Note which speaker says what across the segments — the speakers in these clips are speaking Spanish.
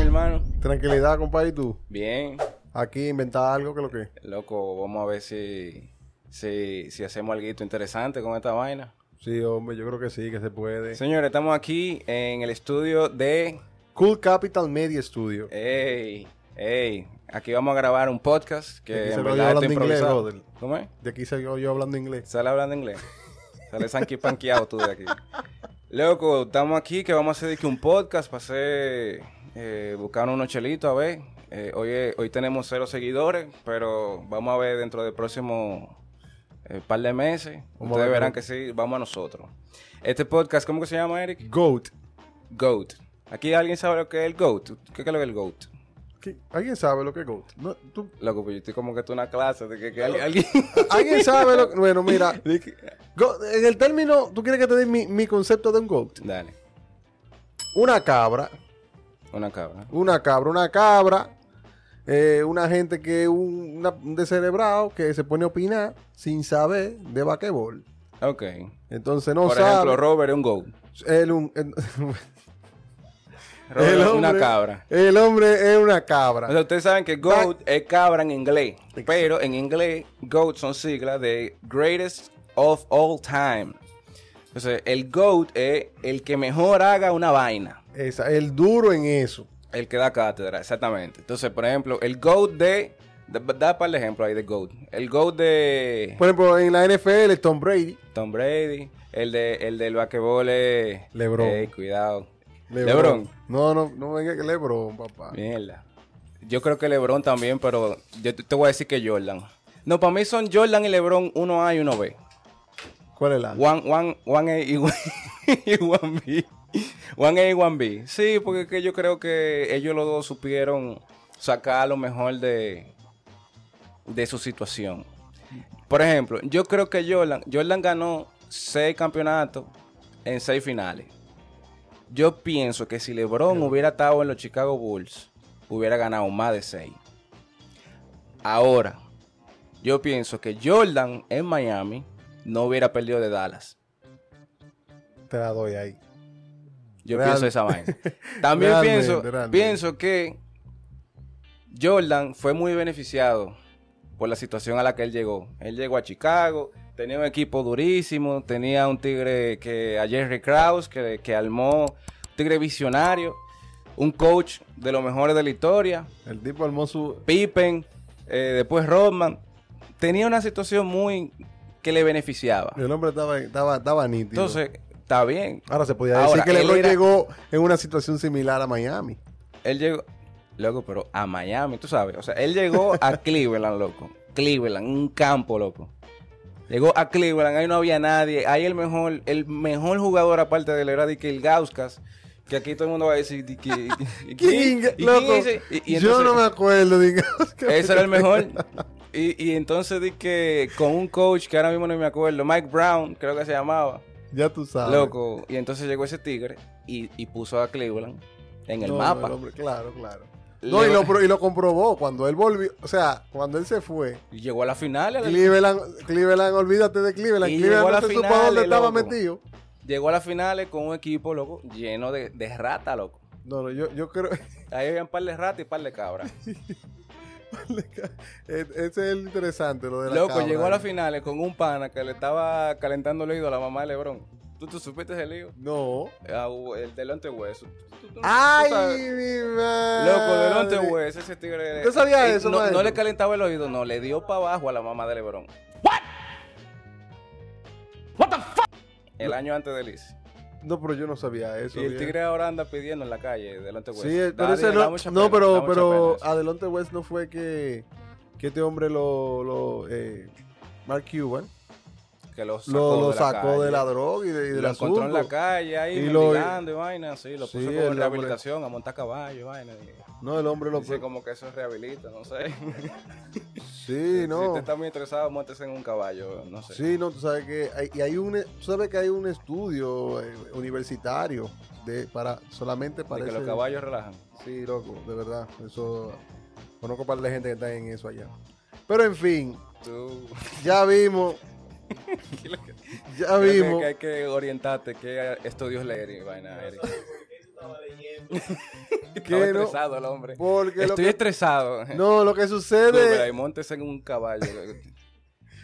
Speaker 1: hermano.
Speaker 2: Tranquilidad, compadre, ¿y tú?
Speaker 1: Bien.
Speaker 2: Aquí inventar algo que lo que.
Speaker 1: Loco, vamos a ver si, si, si hacemos algo interesante con esta vaina.
Speaker 2: Sí, hombre, yo creo que sí, que se puede.
Speaker 1: Señores, estamos aquí en el estudio de...
Speaker 2: Cool Capital Media Studio.
Speaker 1: ¡Ey! ¡Ey! Aquí vamos a grabar un podcast
Speaker 2: De
Speaker 1: que
Speaker 2: aquí
Speaker 1: en
Speaker 2: salgo
Speaker 1: verdad
Speaker 2: yo
Speaker 1: está
Speaker 2: hablando inglés,
Speaker 1: improvisado.
Speaker 2: brother.
Speaker 1: ¿Cómo es?
Speaker 2: De aquí salgo yo hablando inglés.
Speaker 1: Sale hablando inglés. Sale sanquipanqueado tú de aquí. Loco, estamos aquí que vamos a hacer de que un podcast para hacer, eh, buscar unos chelitos, a ver. Eh, hoy, es- hoy tenemos cero seguidores, pero vamos a ver dentro del próximo eh, par de meses.
Speaker 2: Vamos a
Speaker 1: Ustedes
Speaker 2: ver.
Speaker 1: verán que sí, vamos a nosotros. Este podcast, ¿cómo que se llama, Eric?
Speaker 2: Goat.
Speaker 1: GOAT. ¿Aquí alguien sabe lo que es el GOAT? ¿Qué es lo que es el GOAT?
Speaker 2: ¿Qué- ¿Alguien sabe lo que es Goat? No, tú-
Speaker 1: Loco, pues yo estoy como que tú en una clase de que, que alguien... alguien-
Speaker 2: ¿Alguien sabe lo que.? Bueno, mira.
Speaker 1: de que-
Speaker 2: Goat, en el término, ¿tú quieres que te dé mi, mi concepto de un Goat?
Speaker 1: Dale,
Speaker 2: Una cabra.
Speaker 1: una cabra.
Speaker 2: Una cabra, una cabra. eh, una gente que es un, una- un descerebrado que se pone a opinar sin saber de vaquebol.
Speaker 1: Ok.
Speaker 2: Entonces no
Speaker 1: Por
Speaker 2: sabe.
Speaker 1: ejemplo, Robert es un GOAT.
Speaker 2: Él un- él-
Speaker 1: Robert
Speaker 2: el
Speaker 1: es
Speaker 2: hombre-
Speaker 1: una cabra.
Speaker 2: El hombre es una cabra.
Speaker 1: O sea, ustedes saben que GOAT es cabra en inglés. Pero en inglés, GOAT son siglas de Greatest of All Time. Entonces, el GOAT es el que mejor haga una vaina.
Speaker 2: Esa, el duro en eso.
Speaker 1: El que da cátedra, exactamente. Entonces, por ejemplo, el GOAT de... de- Da para el ejemplo ahí de GOAT. El GOAT de
Speaker 2: Por ejemplo, en la NFL, Tom Brady.
Speaker 1: Tom Brady. El, de, el del basquetbol es...
Speaker 2: LeBron.
Speaker 1: Ey, cuidado. LeBron.
Speaker 2: No, no, no venga que Lebron, papá.
Speaker 1: Mierda. Yo creo que LeBron también, pero yo te, te voy a decir que Jordan. No, para mí son Jordan y LeBron 1A y 1B.
Speaker 2: ¿Cuál es la?
Speaker 1: One, one, one A y one, y one B. One A y one B. Sí, porque es que yo creo que ellos los dos supieron sacar lo mejor de, de su situación. Por ejemplo, yo creo que Jordan, Jordan ganó seis campeonatos en seis finales. Yo pienso que si LeBron hubiera estado en los Chicago Bulls, hubiera ganado más de seis. Ahora, yo pienso que Jordan en Miami no hubiera perdido de Dallas.
Speaker 2: Te la doy ahí.
Speaker 1: Yo
Speaker 2: Real-
Speaker 1: pienso esa vaina. También
Speaker 2: Realmente,
Speaker 1: pienso,
Speaker 2: realmente.
Speaker 1: pienso que Jordan fue muy beneficiado por la situación a la que él llegó. Él llegó a Chicago, tenía un equipo durísimo, tenía un tigre que a Jerry Krause que, que armó, un tigre visionario, un coach de los mejores de la historia,
Speaker 2: El tipo armó su.
Speaker 1: Pippen, eh, después Rodman. Tenía una situación muy que le beneficiaba.
Speaker 2: El hombre estaba, estaba, estaba nítido.
Speaker 1: Entonces, está bien.
Speaker 2: Ahora se podía
Speaker 1: Ahora,
Speaker 2: decir que
Speaker 1: él
Speaker 2: LeBron
Speaker 1: era-
Speaker 2: llegó en una situación similar a Miami.
Speaker 1: Él llegó, loco, pero a Miami, tú sabes. O sea, él llegó a Cleveland, loco. Cleveland, un campo, loco. Llegó a Cleveland, ahí no había nadie. Ahí el mejor, el mejor jugador aparte de él era de que el Gauskas. Que aquí todo el mundo va a decir de que. y- y-
Speaker 2: ¿Quién?
Speaker 1: y- y-
Speaker 2: Loco,
Speaker 1: y- y- y
Speaker 2: yo
Speaker 1: entonces-
Speaker 2: no me acuerdo, digamos. que-
Speaker 1: Ese era el mejor. Y, y entonces di que con un coach que ahora mismo no me acuerdo, Mike Brown, creo que se llamaba.
Speaker 2: Ya tú sabes.
Speaker 1: Loco. Y entonces llegó ese tigre y, y puso a Cleveland en el
Speaker 2: No, no,
Speaker 1: mapa.
Speaker 2: el hombre- claro, claro. No, y
Speaker 1: Le-
Speaker 2: lo, pro- y lo comprobó cuando él volvió. O sea, cuando él se fue.
Speaker 1: Y llegó a la final. a la-
Speaker 2: Cleveland, Cleveland, olvídate de Cleveland.
Speaker 1: Y llegó a la
Speaker 2: Cleveland no se supo
Speaker 1: final,
Speaker 2: dónde estaba
Speaker 1: loco.
Speaker 2: metido.
Speaker 1: Llegó a las finales con un equipo, loco, lleno de, de rata, loco.
Speaker 2: No, no, yo, yo creo.
Speaker 1: Ahí había un par de ratas y un par de cabras.
Speaker 2: e- Ese es el interesante, lo de la
Speaker 1: loco,
Speaker 2: cabra.
Speaker 1: llegó a las finales con un pana que le estaba calentando el oído a la mamá de Lebron. ¿Tú, tú supiste ese lío?
Speaker 2: No.
Speaker 1: Ah, hubo el delante hueso. Tú- tú- tú
Speaker 2: ¡Ay,
Speaker 1: sabes.
Speaker 2: mi
Speaker 1: Loco, delante
Speaker 2: madre!
Speaker 1: hueso, ese tigre.
Speaker 2: ¿Tú sabías
Speaker 1: Eh,
Speaker 2: eso,
Speaker 1: no,
Speaker 2: maestro?
Speaker 1: no le calentaba el oído, no, le dio para abajo a la mamá de Lebron. ¿What? ¿What the fuck? El año antes de Liz.
Speaker 2: No, pero yo no sabía eso.
Speaker 1: Y el
Speaker 2: bien.
Speaker 1: tigre ahora anda pidiendo en la calle delante hueso.
Speaker 2: Sí, el-
Speaker 1: Da-
Speaker 2: pero ese
Speaker 1: da
Speaker 2: no.
Speaker 1: mucha
Speaker 2: no,
Speaker 1: pena, da
Speaker 2: pero,
Speaker 1: mucha pena
Speaker 2: pero
Speaker 1: eso.
Speaker 2: Adelante West no fue que. Que este hombre lo. lo eh, Mark Cuban.
Speaker 1: que lo sacó,
Speaker 2: Lo, lo
Speaker 1: de, la
Speaker 2: sacó
Speaker 1: calle.
Speaker 2: de la droga y, de, y del
Speaker 1: lo encontró en la
Speaker 2: asunto.
Speaker 1: calle ahí
Speaker 2: Y
Speaker 1: y
Speaker 2: lo-
Speaker 1: y vaina sí lo puso
Speaker 2: Sí, el
Speaker 1: como en
Speaker 2: hombre-
Speaker 1: rehabilitación a montar caballo vaina y-
Speaker 2: No, el hombre lo.
Speaker 1: dice como que eso rehabilita no sé
Speaker 2: Sí,
Speaker 1: si
Speaker 2: no.
Speaker 1: usted está muy interesado montes en un caballo no sé
Speaker 2: Sí, no, tú sabes que hay, y hay un, tú sabes que hay un estudio eh, universitario de para solamente
Speaker 1: de
Speaker 2: para
Speaker 1: que los
Speaker 2: ese-
Speaker 1: caballos relajan
Speaker 2: Sí, loco, de verdad, eso conozco par de gente que está en eso allá. Pero en fin,
Speaker 1: tú
Speaker 2: ya vimos, ya
Speaker 1: creo que-
Speaker 2: vimos.
Speaker 1: que hay que orientarte qué estudios leer y vaina Eric. Estaba
Speaker 2: no,
Speaker 1: estresado el hombre.
Speaker 2: Porque lo
Speaker 1: Estoy
Speaker 2: que-
Speaker 1: estresado.
Speaker 2: No, lo que sucede.
Speaker 1: y montes en un caballo.
Speaker 2: Lo que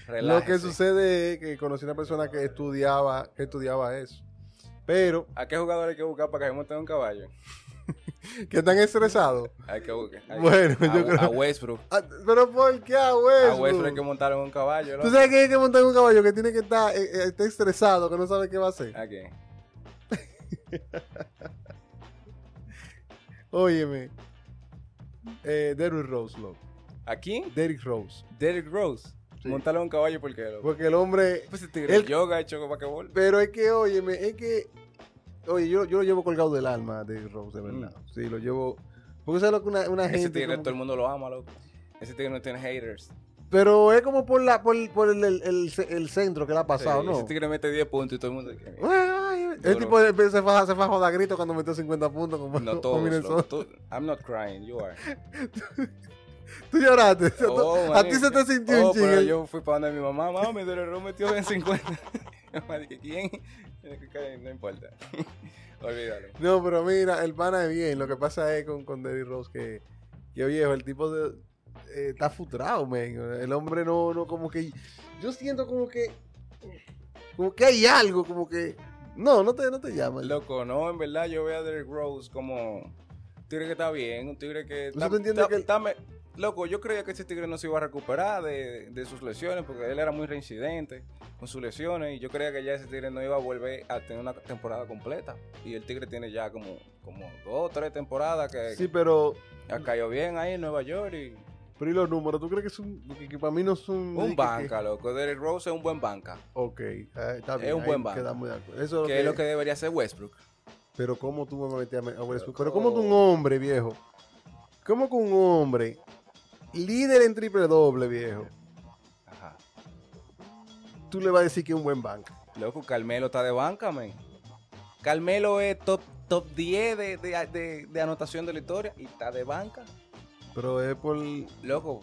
Speaker 1: Relájese.
Speaker 2: sucede es que conocí una persona que estudiaba, que estudiaba eso. Pero,
Speaker 1: ¿A qué jugador hay que buscar para que se monte en un caballo?
Speaker 2: que están estresados.
Speaker 1: Hay que buscar. hay-
Speaker 2: Bueno,
Speaker 1: a,
Speaker 2: yo creo-
Speaker 1: A Westbrook.
Speaker 2: Ah, Pero ¿por qué a
Speaker 1: A
Speaker 2: Westbrook?
Speaker 1: Westbrook hay Ah, que montar en un caballo. ¿no?
Speaker 2: ¿Tú sabes que hay que montar en un caballo que tiene que estar eh, eh, está estresado, que no sabe qué va a hacer?
Speaker 1: ¿A qué?
Speaker 2: Óyeme. Eh, Derrick Rose, loco.
Speaker 1: ¿A quién?
Speaker 2: Derrick Rose.
Speaker 1: Derrick Rose.
Speaker 2: Sí.
Speaker 1: Montarlo en un caballo porque lo.
Speaker 2: Porque el hombre.
Speaker 1: Pues este tigre
Speaker 2: él-
Speaker 1: yoga, hecho vaquebol.
Speaker 2: Pero es que, óyeme, es que. Oye, yo, yo lo llevo colgado del alma a Derrick Rose, de verdad. Sí, lo llevo. Porque sabes lo que una, una
Speaker 1: Mm. Ese
Speaker 2: gente.
Speaker 1: tigre
Speaker 2: como-
Speaker 1: todo el mundo lo ama, loco. Ese tigre no tiene haters.
Speaker 2: Pero es como por la por, por el, el- el ce- el centro que le ha pasado,
Speaker 1: Sí,
Speaker 2: ¿no?
Speaker 1: Ese tigre mete 10 puntos y todo el mundo.
Speaker 2: Bueno, ay, el
Speaker 1: Duro.
Speaker 2: tipo de- se faja, se faja a grito cuando metió 50 puntos con,
Speaker 1: No
Speaker 2: con
Speaker 1: todos.
Speaker 2: Minnesota.
Speaker 1: loco. Tú- I'm not crying, you are.
Speaker 2: Tú lloraste.
Speaker 1: Oh,
Speaker 2: a
Speaker 1: maní.
Speaker 2: ti se te sintió
Speaker 1: Oh,
Speaker 2: un
Speaker 1: pero
Speaker 2: chingue.
Speaker 1: yo fui para donde mi mamá, mami, Derrick Rose metió en 50. Mi mamá dije, ¿quién? No importa. Olvídalo.
Speaker 2: No, pero mira, el pana es bien. Lo que pasa es con, con Derrick Rose que, que viejo, el tipo de- eh, está frustrado, men. El hombre no, no, como que. Yo siento como que. Como que hay algo, como que. No, no te, no te llama.
Speaker 1: Loco, no, en verdad yo veo a Derrick Rose como un tigre que está bien, un tigre que...
Speaker 2: ¿Tú
Speaker 1: está-
Speaker 2: te entiendes
Speaker 1: está-
Speaker 2: que él-
Speaker 1: está me- Loco, yo creía que ese tigre no se iba a recuperar de, de sus lesiones porque él era muy reincidente con sus lesiones y yo creía que ya ese tigre no iba a volver a tener una temporada completa. Y el tigre tiene ya como, como dos o tres temporadas que
Speaker 2: Sí, pero.
Speaker 1: ha caído bien ahí en Nueva York y...
Speaker 2: Pero y los números, ¿tú crees que es un. que, que para mí no es un. que-
Speaker 1: Un
Speaker 2: que-
Speaker 1: banca, loco. Derrick Rose es un buen banca,
Speaker 2: Ok, eh, está
Speaker 1: Es
Speaker 2: bien.
Speaker 1: un
Speaker 2: ahí
Speaker 1: buen banco.
Speaker 2: quedamos de acuerdo. Eso
Speaker 1: que es lo que debería ser Westbrook.
Speaker 2: Pero cómo tú me metías a Westbrook.
Speaker 1: Pero
Speaker 2: Pero cómo tú un
Speaker 1: cómo.
Speaker 2: hombre, viejo. Cómo que un hombre, líder en triple doble, viejo,
Speaker 1: Ajá.
Speaker 2: tú le vas a decir que es un buen banco.
Speaker 1: Loco, Carmelo está de banca, men. Carmelo es top, top 10 de, de- de- de anotación de la historia y está de banca.
Speaker 2: Pero es por la
Speaker 1: Loco.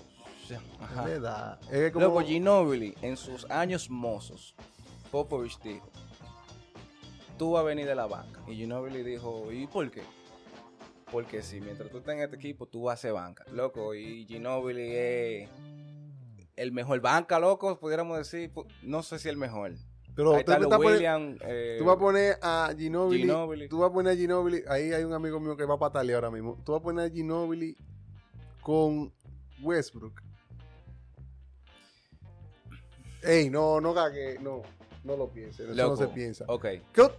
Speaker 1: Ajá.
Speaker 2: edad. Es como,
Speaker 1: Loco, Ginobili, en sus años mozos, Popovich dijo, tú vas a venir de la banca. Y Ginobili dijo, ¿y por qué? Porque si mientras tú estés en este equipo, tú vas a ser banca. Loco, y Ginobili es el mejor banca, loco, pudiéramos decir. pu- No sé si el mejor.
Speaker 2: pero
Speaker 1: Ahí
Speaker 2: usted
Speaker 1: está
Speaker 2: me
Speaker 1: lo
Speaker 2: está poni-
Speaker 1: William. eh,
Speaker 2: tú vas a poner a Ginobili,
Speaker 1: Ginobili.
Speaker 2: Tú vas a poner a Ginobili. Ahí hay un amigo mío que va a patalear ahora mismo. Tú vas a poner a Ginobili con Westbrook. Ey, no, no cague, no. No lo pienses, eso no
Speaker 1: Loco,
Speaker 2: se piensa.
Speaker 1: Ok.
Speaker 2: ¿Qué-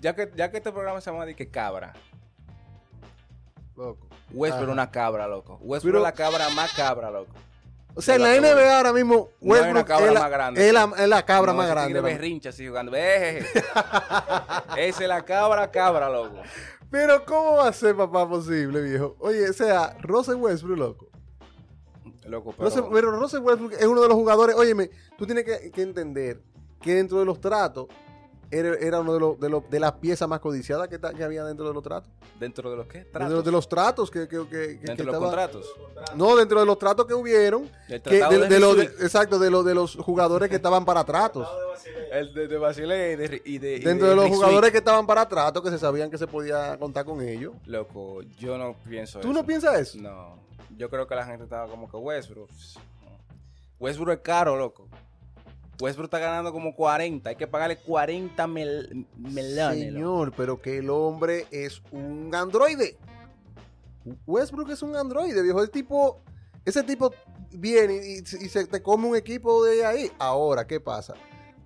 Speaker 1: Ya que, ya que este programa se llama de que cabra.
Speaker 2: Loco.
Speaker 1: Westbrook
Speaker 2: Ajá.
Speaker 1: es una cabra, loco. Westbrook
Speaker 2: Pero-
Speaker 1: es la cabra más cabra, loco.
Speaker 2: O sea, en
Speaker 1: Yo
Speaker 2: la
Speaker 1: la acabo
Speaker 2: NBA ahora mismo,
Speaker 1: No hay una
Speaker 2: Westbrook
Speaker 1: cabra
Speaker 2: es, la,
Speaker 1: más grande.
Speaker 2: es la- es la cabra
Speaker 1: No,
Speaker 2: más
Speaker 1: ese
Speaker 2: grande.
Speaker 1: tigre
Speaker 2: loco.
Speaker 1: berrincha así jugando. Ejeje. Esa es la cabra, cabra, loco.
Speaker 2: Pero, ¿cómo va a ser, papá, posible, viejo? Oye, o sea, Russell Westbrook, loco.
Speaker 1: Loco, pero.
Speaker 2: Russell- Pero, Russell Westbrook es uno de los jugadores. Óyeme, tú tienes que, que entender que dentro de los tratos, era, era uno de, los, de, los- de las piezas más codiciadas que, ta- que había dentro de los tratos.
Speaker 1: ¿Dentro de los qué? Tratos.
Speaker 2: Dentro de los tratos que, que, que- que- que
Speaker 1: Dentro de los
Speaker 2: estaba-
Speaker 1: contratos.
Speaker 2: No, dentro de los tratos que hubieron.
Speaker 1: El
Speaker 2: que
Speaker 1: tratado
Speaker 2: de,
Speaker 1: de
Speaker 2: de los,
Speaker 1: Missouri.
Speaker 2: de- exacto, de, los de los jugadores que estaban para tratos.
Speaker 1: El de, de Basile y de. y de- y
Speaker 2: Dentro de los
Speaker 1: Rick
Speaker 2: jugadores que estaban para trato, que se sabían que se podía contar con ellos.
Speaker 1: Sweet. Loco, yo no pienso
Speaker 2: ¿Tú
Speaker 1: eso.
Speaker 2: no piensas eso?
Speaker 1: No. Yo creo que la gente estaba como que Westbrook. pss, no. Westbrook es caro, loco. Westbrook está ganando como 40. Hay que pagarle 40 mel melones. loco.
Speaker 2: Señor, pero que el hombre es un androide. Westbrook es un androide, viejo. El tipo, ese tipo viene y, y se- y se te come un equipo de ahí. Ahora, ¿qué pasa?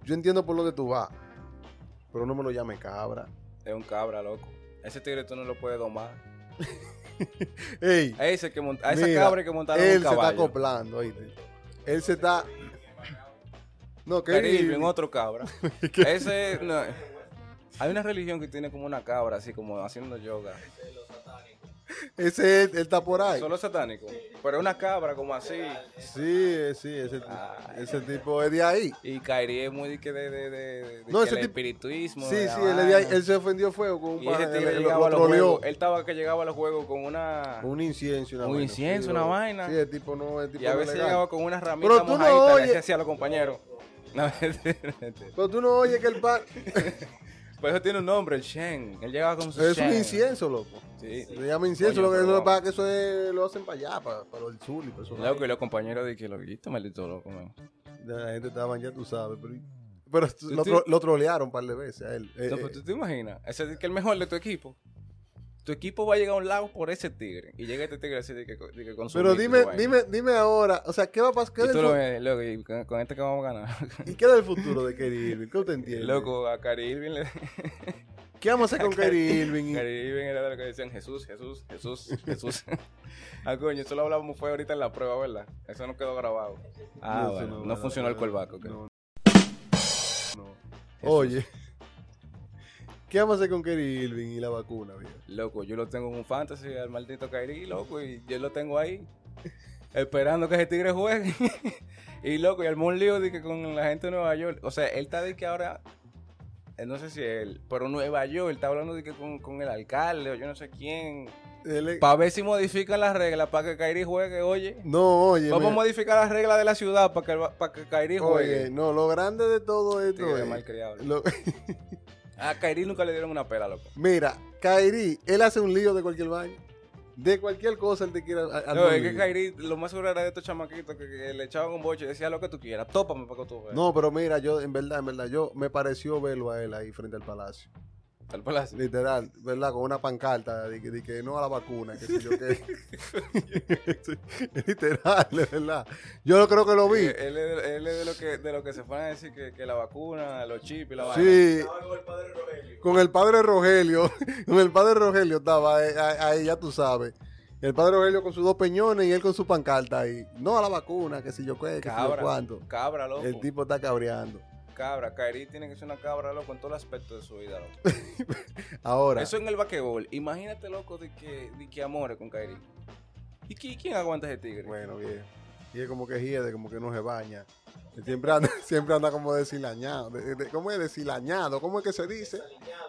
Speaker 2: Yo entiendo por lo que tú vas, pero no me lo llame cabra.
Speaker 1: Es un cabra, loco. Ese tigre tú no lo puedes domar.
Speaker 2: Ey,
Speaker 1: A, ese que mont- a esa
Speaker 2: mira,
Speaker 1: cabra hay que montaron un
Speaker 2: él se está
Speaker 1: caballo.
Speaker 2: acoplando, oíste. Él se está. No, que
Speaker 1: Kyrie Irving, otro cabra. ese no. Hay una religión que tiene como una cabra, así como haciendo yoga.
Speaker 2: ese él, él está por ahí.
Speaker 1: Solo satánico. Pero una cabra como así.
Speaker 2: Sí, sí, ese,
Speaker 1: Ah,
Speaker 2: ese tipo es de ahí.
Speaker 1: Y Kyrie es muy de que de, de, de- de
Speaker 2: No,
Speaker 1: que
Speaker 2: ese
Speaker 1: el
Speaker 2: tipo-
Speaker 1: espiritismo.
Speaker 2: Sí,
Speaker 1: de la
Speaker 2: sí, él, es de ahí.
Speaker 1: vaina.
Speaker 2: Él se ofendió fuego con un
Speaker 1: Y ese
Speaker 2: pana que
Speaker 1: tigre
Speaker 2: le- lo,
Speaker 1: llegaba a
Speaker 2: lo
Speaker 1: los
Speaker 2: troleó.
Speaker 1: juegos. Él estaba que llegaba a los juegos con una.
Speaker 2: Un incienso, una
Speaker 1: Un
Speaker 2: vaina.
Speaker 1: incienso,
Speaker 2: Sí,
Speaker 1: una
Speaker 2: bro.
Speaker 1: vaina.
Speaker 2: Sí, el tipo no, el tipo
Speaker 1: Y a
Speaker 2: no
Speaker 1: veces
Speaker 2: legal.
Speaker 1: llegaba con una
Speaker 2: Pero
Speaker 1: ramita
Speaker 2: tú no
Speaker 1: mojadita. Le
Speaker 2: oyes.
Speaker 1: hacía así a los compañeros. No, mentira, mentira.
Speaker 2: Pero tú no oyes que el pan.
Speaker 1: Pero eso tiene un nombre, el Shen. Él llegaba con su
Speaker 2: Es
Speaker 1: Shen.
Speaker 2: un incienso, loco.
Speaker 1: Sí.
Speaker 2: Se llama incienso,
Speaker 1: Coño,
Speaker 2: lo que
Speaker 1: pero-
Speaker 2: eso, para que eso es- lo hacen para allá, para, para el sur y para eso.
Speaker 1: Loco, y los compañeros de que lo quito, maldito loco, man.
Speaker 2: Eh, La gente estaban ya, tú sabes. Pero, pero lo,
Speaker 1: tú-
Speaker 2: tro- lo trolearon un par de veces a él. Eh,
Speaker 1: No,
Speaker 2: eh,
Speaker 1: pero tú te imaginas, ese es que el mejor de tu equipo. Tu equipo va a llegar a un lado por ese tigre. Y llega este tigre así de que, de que con su
Speaker 2: pero
Speaker 1: micro y
Speaker 2: dime,
Speaker 1: vaina.
Speaker 2: dime, dime ahora, o sea, ¿qué va a pasar? ¿Qué
Speaker 1: Y
Speaker 2: del
Speaker 1: tú lo
Speaker 2: fu-
Speaker 1: ves, loco, y con, con este que vamos a ganar.
Speaker 2: ¿Y qué del futuro de Kerry Irving? ¿Qué usted entiende?
Speaker 1: Loco, a Kyrie Irving le...
Speaker 2: ¿Qué vamos a hacer con Kerry Irving?
Speaker 1: Kyrie Irving era de lo que decían Jesús, Jesús, Jesús, Jesús. ah, coño, eso lo hablábamos fue ahorita en la prueba, ¿verdad? Eso no quedó grabado. Ah,
Speaker 2: No, eso
Speaker 1: bueno,
Speaker 2: no,
Speaker 1: no,
Speaker 2: bueno,
Speaker 1: funcionó el
Speaker 2: bueno,
Speaker 1: callback, ok.
Speaker 2: no. No.
Speaker 1: Jesús.
Speaker 2: Oye, ¿qué vamos a hacer con Kerry Irving y la vacuna, viejo?
Speaker 1: Loco, yo lo tengo en un fantasy al maldito Kairi, loco, y yo lo tengo ahí, esperando que ese tigre juegue. y loco, y armó un lío de que con la gente de Nueva York. O sea, él está de que ahora, eh, no sé si él, pero Nueva York, él está hablando de que con, con el alcalde o yo no sé quién.
Speaker 2: Él es-
Speaker 1: Para ver si modifican las reglas para que Kairi juegue, oye.
Speaker 2: No, oye.
Speaker 1: Vamos a
Speaker 2: me-
Speaker 1: modificar las reglas de la ciudad para que, el va- para que Kairi juegue.
Speaker 2: Oye, no, lo grande de todo esto
Speaker 1: Tigre
Speaker 2: es-
Speaker 1: malcriado.
Speaker 2: lo-
Speaker 1: A Kairi nunca le dieron una pela, loco.
Speaker 2: mira, Kairi, él hace un lío de cualquier baño. De cualquier cosa él te quiera. a- a-
Speaker 1: No, es
Speaker 2: lío.
Speaker 1: que Kairi, lo más seguro era de estos chamaquitos que, que le echaban un boche y decía lo que tú quieras, tópame para que tú veas.
Speaker 2: No, pero mira, yo, en verdad, en verdad, yo me pareció verlo a él ahí frente al palacio.
Speaker 1: Al palacio.
Speaker 2: Literal, ¿verdad? Con una pancarta de que, de que no a la vacuna, que sé yo qué. Sí, Literal, de verdad. Yo lo creo que lo vi.
Speaker 1: Eh, Él, es, de- él es de lo que de lo que se fueron a decir que, que la vacuna, los chips y la vaina.
Speaker 2: Sí, con el padre Rogelio. Con el padre Rogelio estaba eh, ah- ahí, ya tú sabes. El padre Rogelio con sus dos peñones y él con su pancarta ahí. No a la vacuna, que sé yo qué, que sé yo
Speaker 1: Cabra.
Speaker 2: cuánto.
Speaker 1: Cabra, loco.
Speaker 2: El tipo está cabreando.
Speaker 1: Cabra. Kairi tiene que ser una cabra, loco, en todo el aspecto de su vida, loco.
Speaker 2: Ahora,
Speaker 1: Eso en el vaquebol. Imagínate, loco, de que, de que amores con Kairi. ¿Y qui- quién aguanta ese tigre?
Speaker 2: bueno, viejo. Y es como que hiede, como que no se baña. Él Siempre anda, siempre anda como desilañado. De- de- ¿Cómo es desilañado? ¿Cómo es que se dice?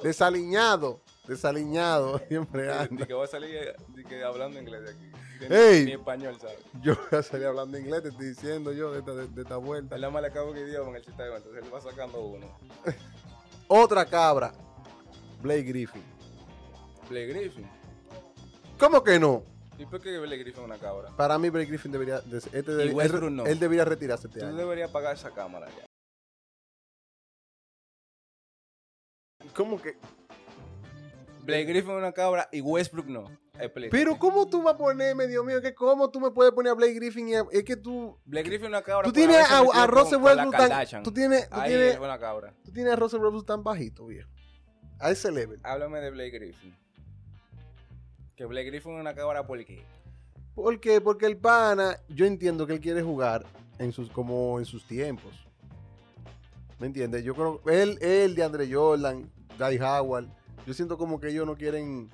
Speaker 2: Desaliñado. Desaliñado. Siempre
Speaker 1: De-
Speaker 2: anda.
Speaker 1: De que va a salir eh, de que hablando inglés de aquí. De-
Speaker 2: Ey.
Speaker 1: Ni español, ¿sabes?
Speaker 2: Yo voy a salir hablando inglés, te estoy diciendo yo de esta, de- de esta vuelta.
Speaker 1: Él nada más le acaba que idioma en el sistema, entonces él va sacando uno.
Speaker 2: Otra cabra. Blake Griffin.
Speaker 1: Blake Griffin.
Speaker 2: ¿Cómo que no?
Speaker 1: ¿Y por qué Blake Griffin es una cabra?
Speaker 2: Para mí Blake Griffin debería... de- este debería-
Speaker 1: Westbrook
Speaker 2: él,
Speaker 1: no.
Speaker 2: él debería retirarse este
Speaker 1: Tú
Speaker 2: año.
Speaker 1: deberías pagar esa cámara ya.
Speaker 2: ¿Cómo que?
Speaker 1: Blake Griffin es una cabra y Westbrook no. Explícate.
Speaker 2: Pero ¿cómo tú vas a ponerme, Dios mío? Que ¿Cómo tú me puedes poner a Blake Griffin? y a- es que tú...
Speaker 1: Blake Griffin es una cabra.
Speaker 2: Tú
Speaker 1: por
Speaker 2: tienes
Speaker 1: haberse
Speaker 2: a,
Speaker 1: metido
Speaker 2: a
Speaker 1: con-
Speaker 2: Russell
Speaker 1: con
Speaker 2: Westbrook
Speaker 1: la
Speaker 2: tan...
Speaker 1: Kardashian.
Speaker 2: Tú tienes, tú
Speaker 1: Ahí
Speaker 2: tienes,
Speaker 1: es una cabra.
Speaker 2: tú tienes a Russell Westbrook tan bajito, viejo. A ese level.
Speaker 1: Háblame de Blake Griffin. Que Blake Griffin es una cabra ¿por qué?
Speaker 2: ¿Por qué? Porque el pana, yo entiendo que él quiere jugar en sus, como en sus tiempos. ¿Me entiendes? Yo creo, él, él de Andre Jordan, Guy Howard, yo siento como que ellos no quieren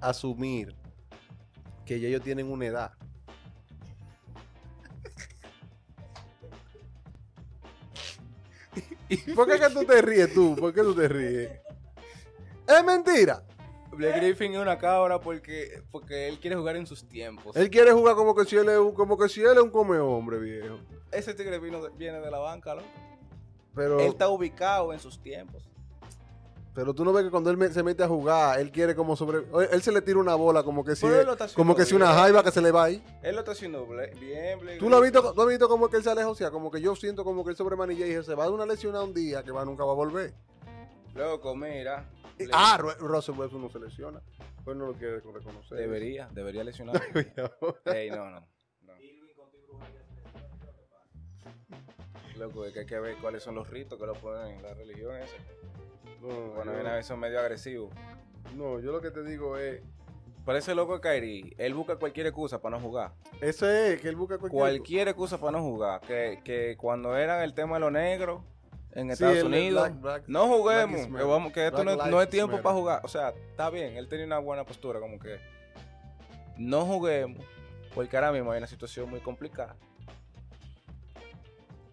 Speaker 2: asumir que ya ellos tienen una edad. ¿Por qué que tú te ríes tú? ¿Por qué tú te ríes? Es mentira.
Speaker 1: Blake Griffin es una cabra porque, porque él quiere jugar en sus tiempos.
Speaker 2: Él quiere jugar como que si él es un, como que si él es un come hombre, viejo.
Speaker 1: Ese tigre vino de- viene de la banca, loco.
Speaker 2: Pero,
Speaker 1: Él está ubicado en sus tiempos.
Speaker 2: pero tú no ves que cuando él me- se mete a jugar, él quiere como sobre. Oye, Él se le tira una bola como que si.
Speaker 1: Pero él lo está haciendo
Speaker 2: Como que si una
Speaker 1: bien.
Speaker 2: jaiba que se le va ahí.
Speaker 1: Él lo está haciendo ble- bien, Blake
Speaker 2: ¿Tú, lo has
Speaker 1: Griffin.
Speaker 2: visto, tú has visto como que él se aleja, o sea, como que yo siento como que él sobremanilla y dije, se va de una lesión a un día que va, nunca va a volver.
Speaker 1: Loco, mira.
Speaker 2: Y-
Speaker 1: Blake-
Speaker 2: ah, Ro- Russell Westbrook no se lesiona. Pues no lo quiere reconocer.
Speaker 1: Debería, debería lesionar. Ey, no, no. no. Loco, es que hay que ver cuáles son los ritos que lo ponen en la religión esa.
Speaker 2: No,
Speaker 1: Bueno,
Speaker 2: yo,
Speaker 1: viene a veces medio agresivo.
Speaker 2: no, yo lo que te digo es.
Speaker 1: Parece loco de Kairi. Él busca cualquier excusa para no jugar.
Speaker 2: Eso es, que él busca cualquier.
Speaker 1: Cualquier excusa para no jugar. Que, que cuando era el tema de los negros en
Speaker 2: Sí,
Speaker 1: Estados
Speaker 2: el
Speaker 1: Unidos,
Speaker 2: Black- Black-
Speaker 1: no
Speaker 2: Black
Speaker 1: juguemos.
Speaker 2: is
Speaker 1: Que,
Speaker 2: matter.
Speaker 1: vamos, que esto
Speaker 2: Black
Speaker 1: no, es-
Speaker 2: lives
Speaker 1: no es tiempo
Speaker 2: matter.
Speaker 1: para jugar. O sea, está bien. Él tenía una buena postura, como que no juguemos. Porque ahora mismo hay una situación muy complicada.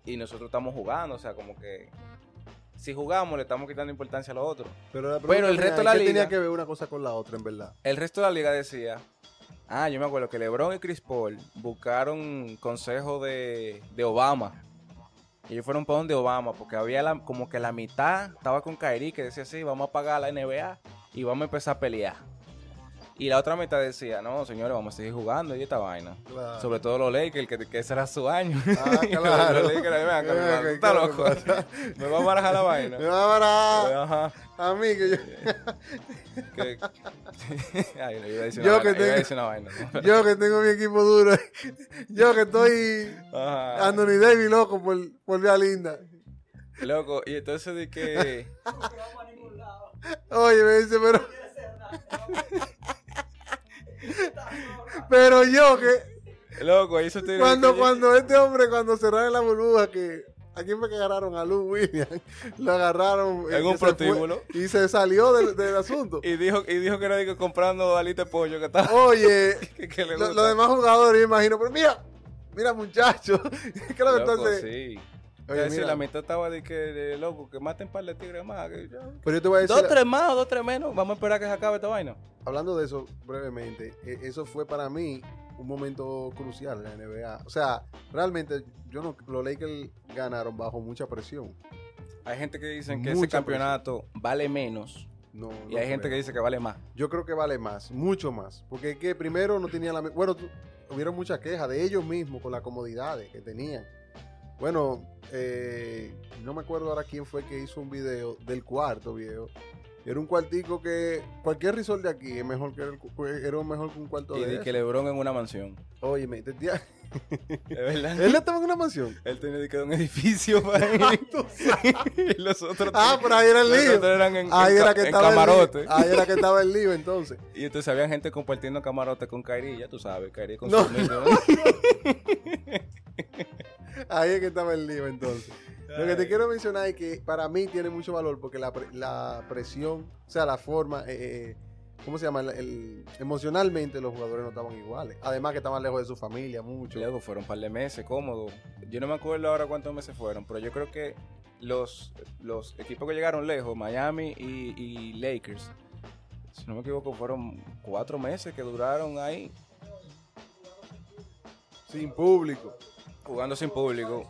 Speaker 1: Y nosotros estamos jugando. O sea, como que si jugamos le estamos quitando importancia a los otros.
Speaker 2: Pero, la
Speaker 1: Pero el
Speaker 2: pregunta
Speaker 1: resto de
Speaker 2: mía,
Speaker 1: la
Speaker 2: ¿qué tenía
Speaker 1: liga-
Speaker 2: que ver una cosa con la otra, en verdad.
Speaker 1: El resto de la liga decía. Ah, yo me acuerdo que LeBron y Chris Paul buscaron consejo de, de Obama Y ellos fueron para donde Obama, porque había la- como que la mitad estaba con Kyrie que decía, sí, vamos a pagar la NBA y vamos a empezar a pelear. Y la otra mitad decía, no, señores, vamos a seguir jugando y esta vaina.
Speaker 2: Claro.
Speaker 1: Sobre todo los Lakers, que, que ese era su año.
Speaker 2: Ah, claro.
Speaker 1: los Lakers, ven acá, mi hermano,
Speaker 2: Ven acá,
Speaker 1: está
Speaker 2: ¿qué
Speaker 1: loco. Me va a barajar la vaina.
Speaker 2: Ahora,
Speaker 1: Ajá.
Speaker 2: a mí que yo,
Speaker 1: Que... Ay, no, iba a decir
Speaker 2: Yo
Speaker 1: una vaina, iba
Speaker 2: que
Speaker 1: a
Speaker 2: tengo-
Speaker 1: decir una vaina.
Speaker 2: yo que tengo mi equipo duro, yo que estoy
Speaker 1: Ajá.
Speaker 2: Anthony Davis loco por, por Vía Linda.
Speaker 1: Loco, y entonces de que...
Speaker 2: Oye, me dice, pero. pero yo que.
Speaker 1: Loco, eso te...
Speaker 2: Cuando,
Speaker 1: que-
Speaker 2: cuando este hombre, cuando cerraron la burbuja, que. ¿A quién fue que agarraron? A Lou Williams. Lo agarraron. eh,
Speaker 1: En un
Speaker 2: que se fue
Speaker 1: prostíbulo.
Speaker 2: Y se salió del, del asunto.
Speaker 1: Y dijo, y dijo que era de que comprando alitas de pollo que estaba...
Speaker 2: Oye,
Speaker 1: que- que le
Speaker 2: Oh, lo- los
Speaker 1: gusta.
Speaker 2: demás jugadores, yo imagino. Pero mira, mira, muchacho. ¿Qué lo que
Speaker 1: Loco,
Speaker 2: entonces?
Speaker 1: sí.
Speaker 2: Oye,
Speaker 1: Es decir,
Speaker 2: mira.
Speaker 1: la mitad estaba de que, de, loco, que maten par de tigres más. que ya.
Speaker 2: Pero yo te voy a decir.
Speaker 1: Dos, tres más o dos, tres menos. Vamos a esperar que se acabe esta vaina.
Speaker 2: Hablando de eso brevemente, e- eso fue para mí un momento crucial en la NBA. O sea, realmente yo no los Lakers ganaron bajo mucha presión.
Speaker 1: Hay gente que dicen que ese
Speaker 2: Mucha eh.
Speaker 1: campeonato vale menos
Speaker 2: No,
Speaker 1: y hay gente que dice que vale más.
Speaker 2: yo creo que vale más, mucho más, porque es que primero no tenía la mi- bueno, tu- hubieron muchas quejas de ellos mismos con las comodidades que tenían. Bueno, eh, no me acuerdo ahora quién fue que hizo un video del cuarto viejo. Era un cuartico que cualquier resort de aquí es mejor que el cu- era mejor que un cuarto
Speaker 1: Y
Speaker 2: de
Speaker 1: de que
Speaker 2: eso.
Speaker 1: Lebron en una mansión.
Speaker 2: Óyeme, te- te-
Speaker 1: Es verdad.
Speaker 2: Él estaba en una mansión.
Speaker 1: Él tenía de que un edificio para él. y los otros
Speaker 2: Ah, pero ahí era el
Speaker 1: los
Speaker 2: lío.
Speaker 1: otros eran en,
Speaker 2: Ahí
Speaker 1: en
Speaker 2: era
Speaker 1: ca-
Speaker 2: que
Speaker 1: en
Speaker 2: estaba
Speaker 1: camarote.
Speaker 2: el lío. Ahí era que estaba el lío entonces.
Speaker 1: Y entonces había gente compartiendo camarote con Kyrie, ya tú sabes, Kyrie con
Speaker 2: No.
Speaker 1: su amigo.
Speaker 2: Ahí es que estaba el lío entonces. Lo que te quiero mencionar es que para mí tiene mucho valor porque la, pre- la presión, o sea, la forma, eh, eh, ¿cómo se llama? El- el- emocionalmente los jugadores no estaban iguales. Además que estaban lejos de su familia mucho.
Speaker 1: Luego fueron un par de meses, cómodo. Yo no me acuerdo ahora cuántos meses fueron, pero yo creo que los, los equipos que llegaron lejos, Miami y, y Lakers, si no me equivoco, fueron cuatro meses que duraron ahí
Speaker 2: Sin público.
Speaker 1: jugando sin público.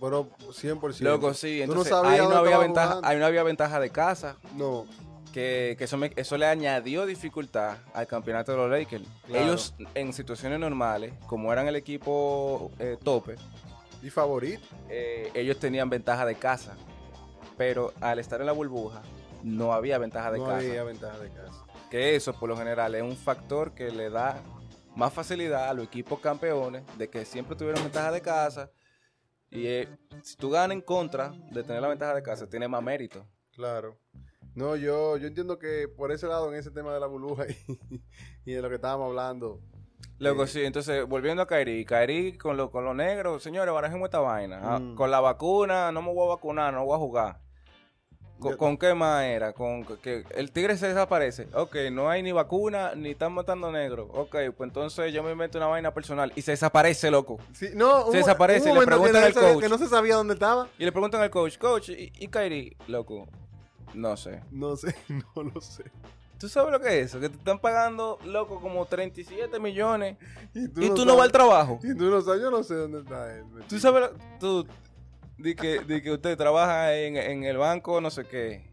Speaker 2: Pero 100%.
Speaker 1: Loco, sí,
Speaker 2: Tú no
Speaker 1: entonces
Speaker 2: sabías
Speaker 1: ahí, no
Speaker 2: dónde
Speaker 1: había
Speaker 2: estaba
Speaker 1: ventaja,
Speaker 2: jugando.
Speaker 1: ahí no había ventaja de casa,
Speaker 2: No.
Speaker 1: que, que eso, me- eso le añadió dificultad al campeonato de los Lakers.
Speaker 2: Claro.
Speaker 1: Ellos en situaciones normales, como eran el equipo eh, tope,
Speaker 2: Y favorito.
Speaker 1: eh, ellos tenían ventaja de casa, pero al estar en la burbuja no había ventaja de
Speaker 2: No
Speaker 1: casa.
Speaker 2: había ventaja de casa.
Speaker 1: Que eso por lo general es un factor que le da más facilidad a los equipos campeones de que siempre tuvieron ventaja de casa. Y eh, si tú ganas en contra de tener la ventaja de casa, tiene más mérito.
Speaker 2: Claro. No, yo, yo entiendo que por ese lado, en ese tema de la burbuja y, y de lo que estábamos hablando, Eh.
Speaker 1: Luego sí, entonces volviendo a Kairi, Kairi con los con lo negros, señores, barajemos esta vaina. Ah,
Speaker 2: Mm.
Speaker 1: Con la vacuna, no me voy a vacunar, no voy a jugar. ¿Con,
Speaker 2: Yo-
Speaker 1: con qué más era? Con que el tigre se desaparece. Ok, no hay ni vacuna, ni están matando negros. Ok, pues entonces yo me invento una vaina personal y se desaparece, loco.
Speaker 2: Sí, no,
Speaker 1: Se
Speaker 2: hubo-
Speaker 1: desaparece y
Speaker 2: hubo
Speaker 1: le
Speaker 2: un momento
Speaker 1: preguntan
Speaker 2: que
Speaker 1: al
Speaker 2: no sabía-
Speaker 1: coach.
Speaker 2: Que no se sabía dónde estaba.
Speaker 1: Y le preguntan al coach, coach, ¿y, y Kairi? Loco, no sé.
Speaker 2: No sé, no lo sé.
Speaker 1: ¿Tú sabes lo que es eso? Que te están pagando, loco, como 37 millones
Speaker 2: Y
Speaker 1: y tú no vas al
Speaker 2: sabes-
Speaker 1: trabajo.
Speaker 2: Y tú no sabes, yo no sé dónde está él.
Speaker 1: Tú sabes, lo- tú, de que, de que usted trabaja en, en el banco, no sé qué.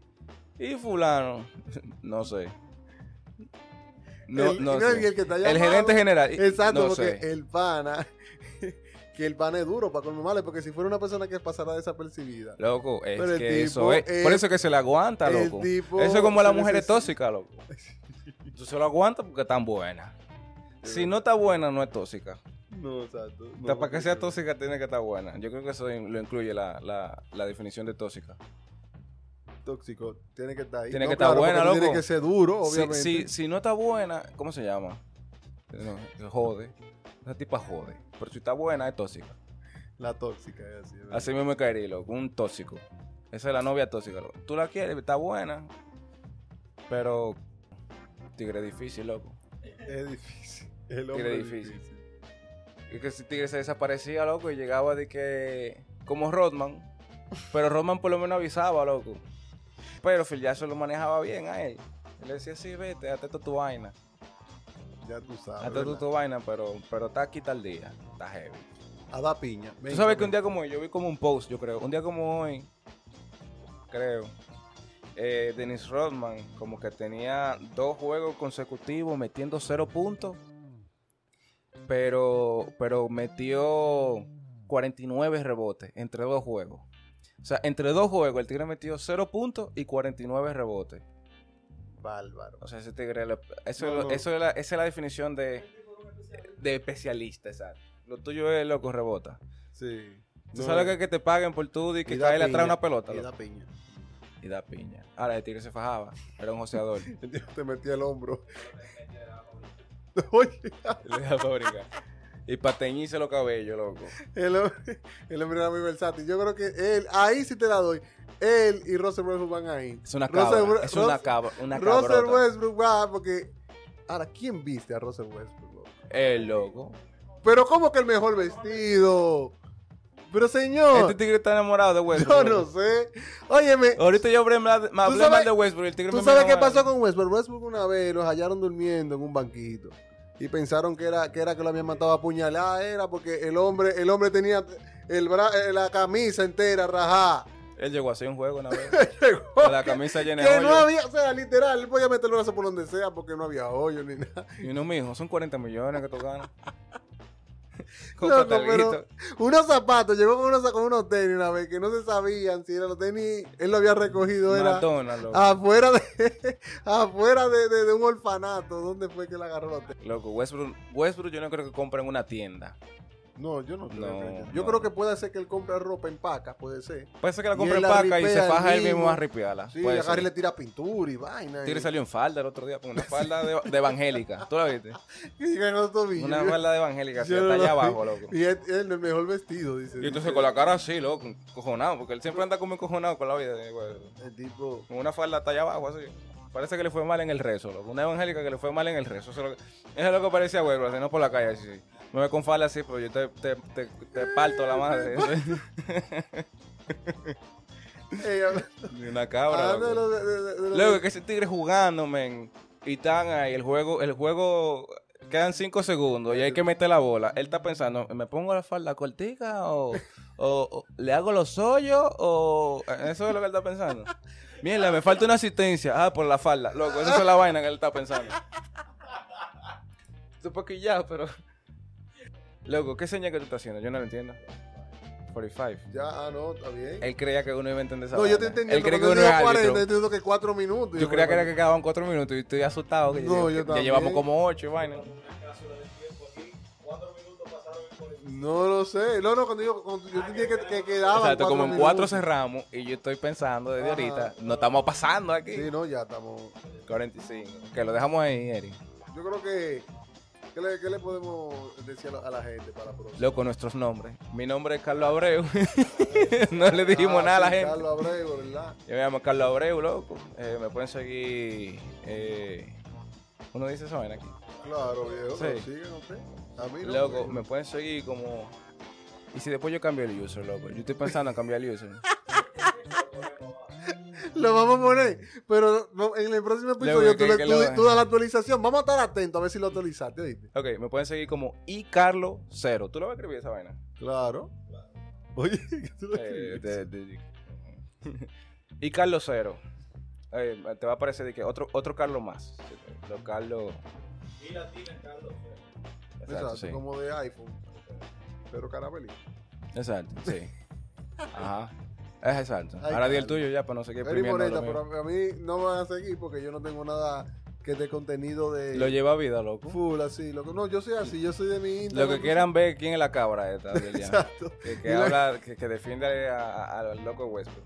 Speaker 1: Y fulano, no sé. No,
Speaker 2: El-
Speaker 1: no
Speaker 2: no,
Speaker 1: sé.
Speaker 2: y el que está
Speaker 1: el
Speaker 2: llamado.
Speaker 1: gerente general. y-
Speaker 2: Exacto,
Speaker 1: no
Speaker 2: porque
Speaker 1: sé.
Speaker 2: el pana. que el pana es duro para colmo males, porque si fuera una persona que pasará desapercibida.
Speaker 1: Loco, es
Speaker 2: Pero el
Speaker 1: que eso
Speaker 2: tipo
Speaker 1: es. Por
Speaker 2: es-
Speaker 1: eso es que se le aguanta,
Speaker 2: el
Speaker 1: loco.
Speaker 2: tipo
Speaker 1: Eso es como las
Speaker 2: se
Speaker 1: mujeres
Speaker 2: necesita-
Speaker 1: tóxicas, loco. Tú se lo aguantas porque están buenas. Si no está buena, no es tóxica.
Speaker 2: No, exacto. no,
Speaker 1: Hasta para que sea
Speaker 2: no.
Speaker 1: tóxica, tiene que estar buena. Yo creo que eso in- lo incluye la, la- la definición de tóxica.
Speaker 2: Tóxico, tiene que estar ahí.
Speaker 1: Tiene
Speaker 2: No,
Speaker 1: que estar
Speaker 2: claro,
Speaker 1: buena,
Speaker 2: porque tú
Speaker 1: loco.
Speaker 2: Tiene que ser duro,
Speaker 1: Si-
Speaker 2: obviamente.
Speaker 1: Si, si no está buena, ¿cómo se llama? No, jode. Esa tipa jode. Pero si está buena, es tóxica.
Speaker 2: La tóxica es así. ¿verdad?
Speaker 1: Así mismo caería, loco. Un tóxico. Esa es la novia tóxica, loco. Tú la quieres, está buena. Pero. Tigre difícil, loco.
Speaker 2: Es difícil. El hombre es
Speaker 1: difícil.
Speaker 2: difícil.
Speaker 1: Y que si Tigre se desaparecía, loco, y llegaba de que. Como Rodman. Pero Rodman por lo menos avisaba, loco. Pero Phil Jackson lo manejaba bien a él. Él le decía, sí, vete, hazte toda tu vaina.
Speaker 2: Ya tú sabes.
Speaker 1: Hazte tú
Speaker 2: ¿verdad?
Speaker 1: tu vaina, pero, pero está aquí tal día. Está heavy.
Speaker 2: a dar piña.
Speaker 1: Tú
Speaker 2: Venga,
Speaker 1: sabes que un
Speaker 2: venga.
Speaker 1: día como hoy, yo vi como un post, yo creo, un día como hoy, creo, eh, Dennis Rodman como que tenía dos juegos consecutivos metiendo cero puntos, pero, pero metió 49 rebotes entre dos juegos. O sea, entre dos juegos el tigre metió cero puntos y 49 rebotes.
Speaker 2: Bárbaro.
Speaker 1: O sea, ese tigre, le- eso,
Speaker 2: No,
Speaker 1: es lo-
Speaker 2: no.
Speaker 1: eso es la, esa es la definición de, de especialista, exacto. Lo tuyo es loco rebota.
Speaker 2: Sí.
Speaker 1: Tú
Speaker 2: No, eh,
Speaker 1: sabes que, que te paguen por tú y que
Speaker 2: y da
Speaker 1: cae atrás
Speaker 2: piña,
Speaker 1: una pelota.
Speaker 2: Y
Speaker 1: loco. Ah,
Speaker 2: da piña.
Speaker 1: Y da piña. Ahora el tigre se fajaba. Era un joseador.
Speaker 2: Te metí el hombro. Oye,
Speaker 1: Le da fábrica. Y para teñirse los cabellos, loco.
Speaker 2: el, hombre- el hombre era muy versátil. Yo creo que él, ahí sí te la doy. Él y Russell Westbrook van ahí.
Speaker 1: Es una
Speaker 2: Russell
Speaker 1: cabra.
Speaker 2: Bro-
Speaker 1: es una
Speaker 2: Russell-
Speaker 1: cabra. Una
Speaker 2: Russell
Speaker 1: cabrota.
Speaker 2: Westbrook va porque. Ahora, ¿quién viste a Russell Westbrook? loco?
Speaker 1: El Eh, loco.
Speaker 2: Pero, ¿cómo que el mejor vestido? Pero,
Speaker 1: Este
Speaker 2: señor,
Speaker 1: tigre está enamorado de Westbrook.
Speaker 2: yo no sé. Óyeme,
Speaker 1: Ahorita yo hablé mal, hablé
Speaker 2: sabes-
Speaker 1: mal de Westbrook. El tigre
Speaker 2: ¿Tú
Speaker 1: me
Speaker 2: sabes
Speaker 1: miró
Speaker 2: qué
Speaker 1: mal.
Speaker 2: pasó con Westbrook? Westbrook una vez lo hallaron durmiendo en un banquito. Y pensaron que era que, era que lo habían matado a puñalada. Era porque el hombre, el hombre tenía el bra- eh, la camisa entera rajada.
Speaker 1: Él llegó a hacer un juego una vez.
Speaker 2: Llegó
Speaker 1: con la camisa llena de
Speaker 2: que no
Speaker 1: hoyos.
Speaker 2: había, o sea, literal, él podía meter el brazo por donde sea porque no había hoyo ni nada.
Speaker 1: Y uno, mijo, son 40 millones que tú ganas.
Speaker 2: Loco,
Speaker 1: Cómprate alguito.
Speaker 2: pero unos zapatos, llegó con unos, con unos tenis una vez que no se sabían si eran los tenis, él lo había recogido, era
Speaker 1: McDonald's, loco.
Speaker 2: afuera de afuera de, de- de un orfanato, ¿dónde fue que él agarró los tenis?
Speaker 1: Loco, Westbrook, Westbrook yo no creo que compre en una tienda.
Speaker 2: No, yo no creo.
Speaker 1: No,
Speaker 2: que haya- yo
Speaker 1: no.
Speaker 2: creo que puede ser que él compre ropa en paca, puede ser.
Speaker 1: Puede ser que la
Speaker 2: Y
Speaker 1: compre
Speaker 2: él
Speaker 1: en
Speaker 2: la
Speaker 1: paca y se
Speaker 2: ripea él
Speaker 1: faja él mismo
Speaker 2: mismo.
Speaker 1: a ripiarla.
Speaker 2: Sí,
Speaker 1: Puede
Speaker 2: agarra y
Speaker 1: ser.
Speaker 2: le tira pintura y vaina.
Speaker 1: Tigre
Speaker 2: y-
Speaker 1: salió en falda el otro día con una falda de, de evangélica. ¿Tú la viste?
Speaker 2: Y ganó los tobillos.
Speaker 1: Una falda de evangélica, así,
Speaker 2: Yo
Speaker 1: hasta
Speaker 2: no
Speaker 1: allá
Speaker 2: lo vi.
Speaker 1: abajo, loco.
Speaker 2: Y él, él el mejor vestido, dice.
Speaker 1: Y entonces
Speaker 2: dice,
Speaker 1: con la cara así, loco, encojonado, porque él siempre anda como encojonado con la vida. eh, güey.
Speaker 2: El tipo.
Speaker 1: Con una falda hasta allá abajo, así. Parece que le fue mal en el rezo, loco. Una evangélica que le fue mal en el rezo. Eso es lo que, eso es lo que parecía, güey, así, no por la calle, así. Me ve con falda así, pero yo te, te, te, te parto la madre.
Speaker 2: eh,
Speaker 1: Ni una cabra.
Speaker 2: hablando de
Speaker 1: loco.
Speaker 2: lo- de- de- de- de-
Speaker 1: Luego que ese tigre jugando, men. Y están ahí, el juego, el juego quedan 5 segundos y hay que meter la bola. Él está pensando, ¿me pongo la falda cortica o, o- o le hago los hoyos o eso es lo que él está pensando? Mierda, me falta una asistencia. Ah, por la falda. Loco, esa es la vaina que él está pensando. Tú porque ya, pero Loco, ¿qué señal que tú estás haciendo? Yo no lo entiendo. 45.
Speaker 2: Ya, ah, no, está bien.
Speaker 1: Él creía que uno iba a entender esa
Speaker 2: no, yo te
Speaker 1: vaina.
Speaker 2: entendí.
Speaker 1: Él creía que
Speaker 2: cuando
Speaker 1: uno
Speaker 2: él
Speaker 1: era
Speaker 2: dijo 40,
Speaker 1: árbitro.
Speaker 2: yo entiendo que 4 minutos.
Speaker 1: Yo creía que era que quedaban cuatro minutos y estoy asustado. Que,
Speaker 2: No,
Speaker 1: ya-
Speaker 2: yo
Speaker 1: ya llevamos
Speaker 2: también.
Speaker 1: como ocho, y vaina.
Speaker 2: No lo sé. No, no, cuando yo, cuando yo entendí que, que quedaban.
Speaker 1: Exacto, como en cuatro
Speaker 2: minutos.
Speaker 1: cerramos y yo estoy pensando desde
Speaker 2: Ajá.
Speaker 1: ahorita, no estamos pasando aquí.
Speaker 2: Sí, no, ya estamos.
Speaker 1: 45. Que lo dejamos ahí, Eri.
Speaker 2: Yo creo que. ¿Qué le, qué le podemos decir a la, a la gente para la próxima?
Speaker 1: Loco, nuestros nombres. Mi nombre es Carlos Abreu. no le dijimos
Speaker 2: Ah,
Speaker 1: nada a la
Speaker 2: sí,
Speaker 1: gente.
Speaker 2: Carlos Abreu, ¿verdad?
Speaker 1: Yo me llamo Carlos Abreu, loco. Eh, me pueden seguir. eh, uno dice esa vaina aquí.
Speaker 2: Claro, viejo.
Speaker 1: Sí.
Speaker 2: pero sigue, no sé. A mí no. pues.
Speaker 1: Loco,
Speaker 2: porque-
Speaker 1: me pueden seguir como. Y si después yo cambio el user, loco. Yo estoy pensando en cambiar el user.
Speaker 2: Lo vamos a poner. Pero no, en el próximo episodio
Speaker 1: Luego,
Speaker 2: tú,
Speaker 1: que-
Speaker 2: le-
Speaker 1: que
Speaker 2: tú-
Speaker 1: lo-
Speaker 2: tú das la actualización. Vamos a estar atentos a ver si lo actualizaste, ¿oíste?
Speaker 1: Ok, me pueden seguir como icarlo cero. ¿Tú lo vas a escribir esa vaina?
Speaker 2: Claro. Oye, ¿qué tú lo
Speaker 1: Eh,
Speaker 2: escribes?
Speaker 1: de- de- y Carlos Cero. Eh, te va a aparecer de que otro, otro Carlos más. Los Carlos. Y Latina
Speaker 2: Exacto,
Speaker 1: Carlos. Exacto, sí.
Speaker 2: como de iPhone. Pero carabelí.
Speaker 1: Exacto, sí. Ajá. Es exacto.
Speaker 2: Ay,
Speaker 1: Ahora di el
Speaker 2: Carlos.
Speaker 1: tuyo ya para no seguir
Speaker 2: Eri
Speaker 1: exprimiendo
Speaker 2: Moreta,
Speaker 1: lo,
Speaker 2: pero
Speaker 1: mío.
Speaker 2: a a mí no me van a seguir porque yo no tengo nada que de contenido de
Speaker 1: Lo lleva vida, loco.
Speaker 2: full así. Lo que, no, yo soy así, yo soy de mi Instagram.
Speaker 1: Lo que quieran ver quién es la cabra esta del día.
Speaker 2: Exacto.
Speaker 1: Que,
Speaker 2: Y
Speaker 1: que
Speaker 2: la-
Speaker 1: habla, que, que defiende a- a- al loco Westbrook.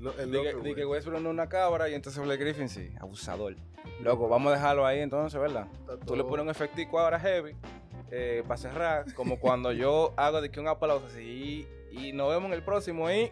Speaker 2: Lo- el
Speaker 1: Di que-
Speaker 2: loco,
Speaker 1: di que
Speaker 2: güey.
Speaker 1: Westbrook no es una cabra y entonces Blake Griffin sí, abusador. Loco, vamos a dejarlo ahí entonces, ¿verdad?
Speaker 2: Está
Speaker 1: Tú le
Speaker 2: todo.
Speaker 1: pones un efectivo ahora heavy eh, para cerrar, como cuando yo hago de que un aplauso así y, y nos vemos en el próximo y...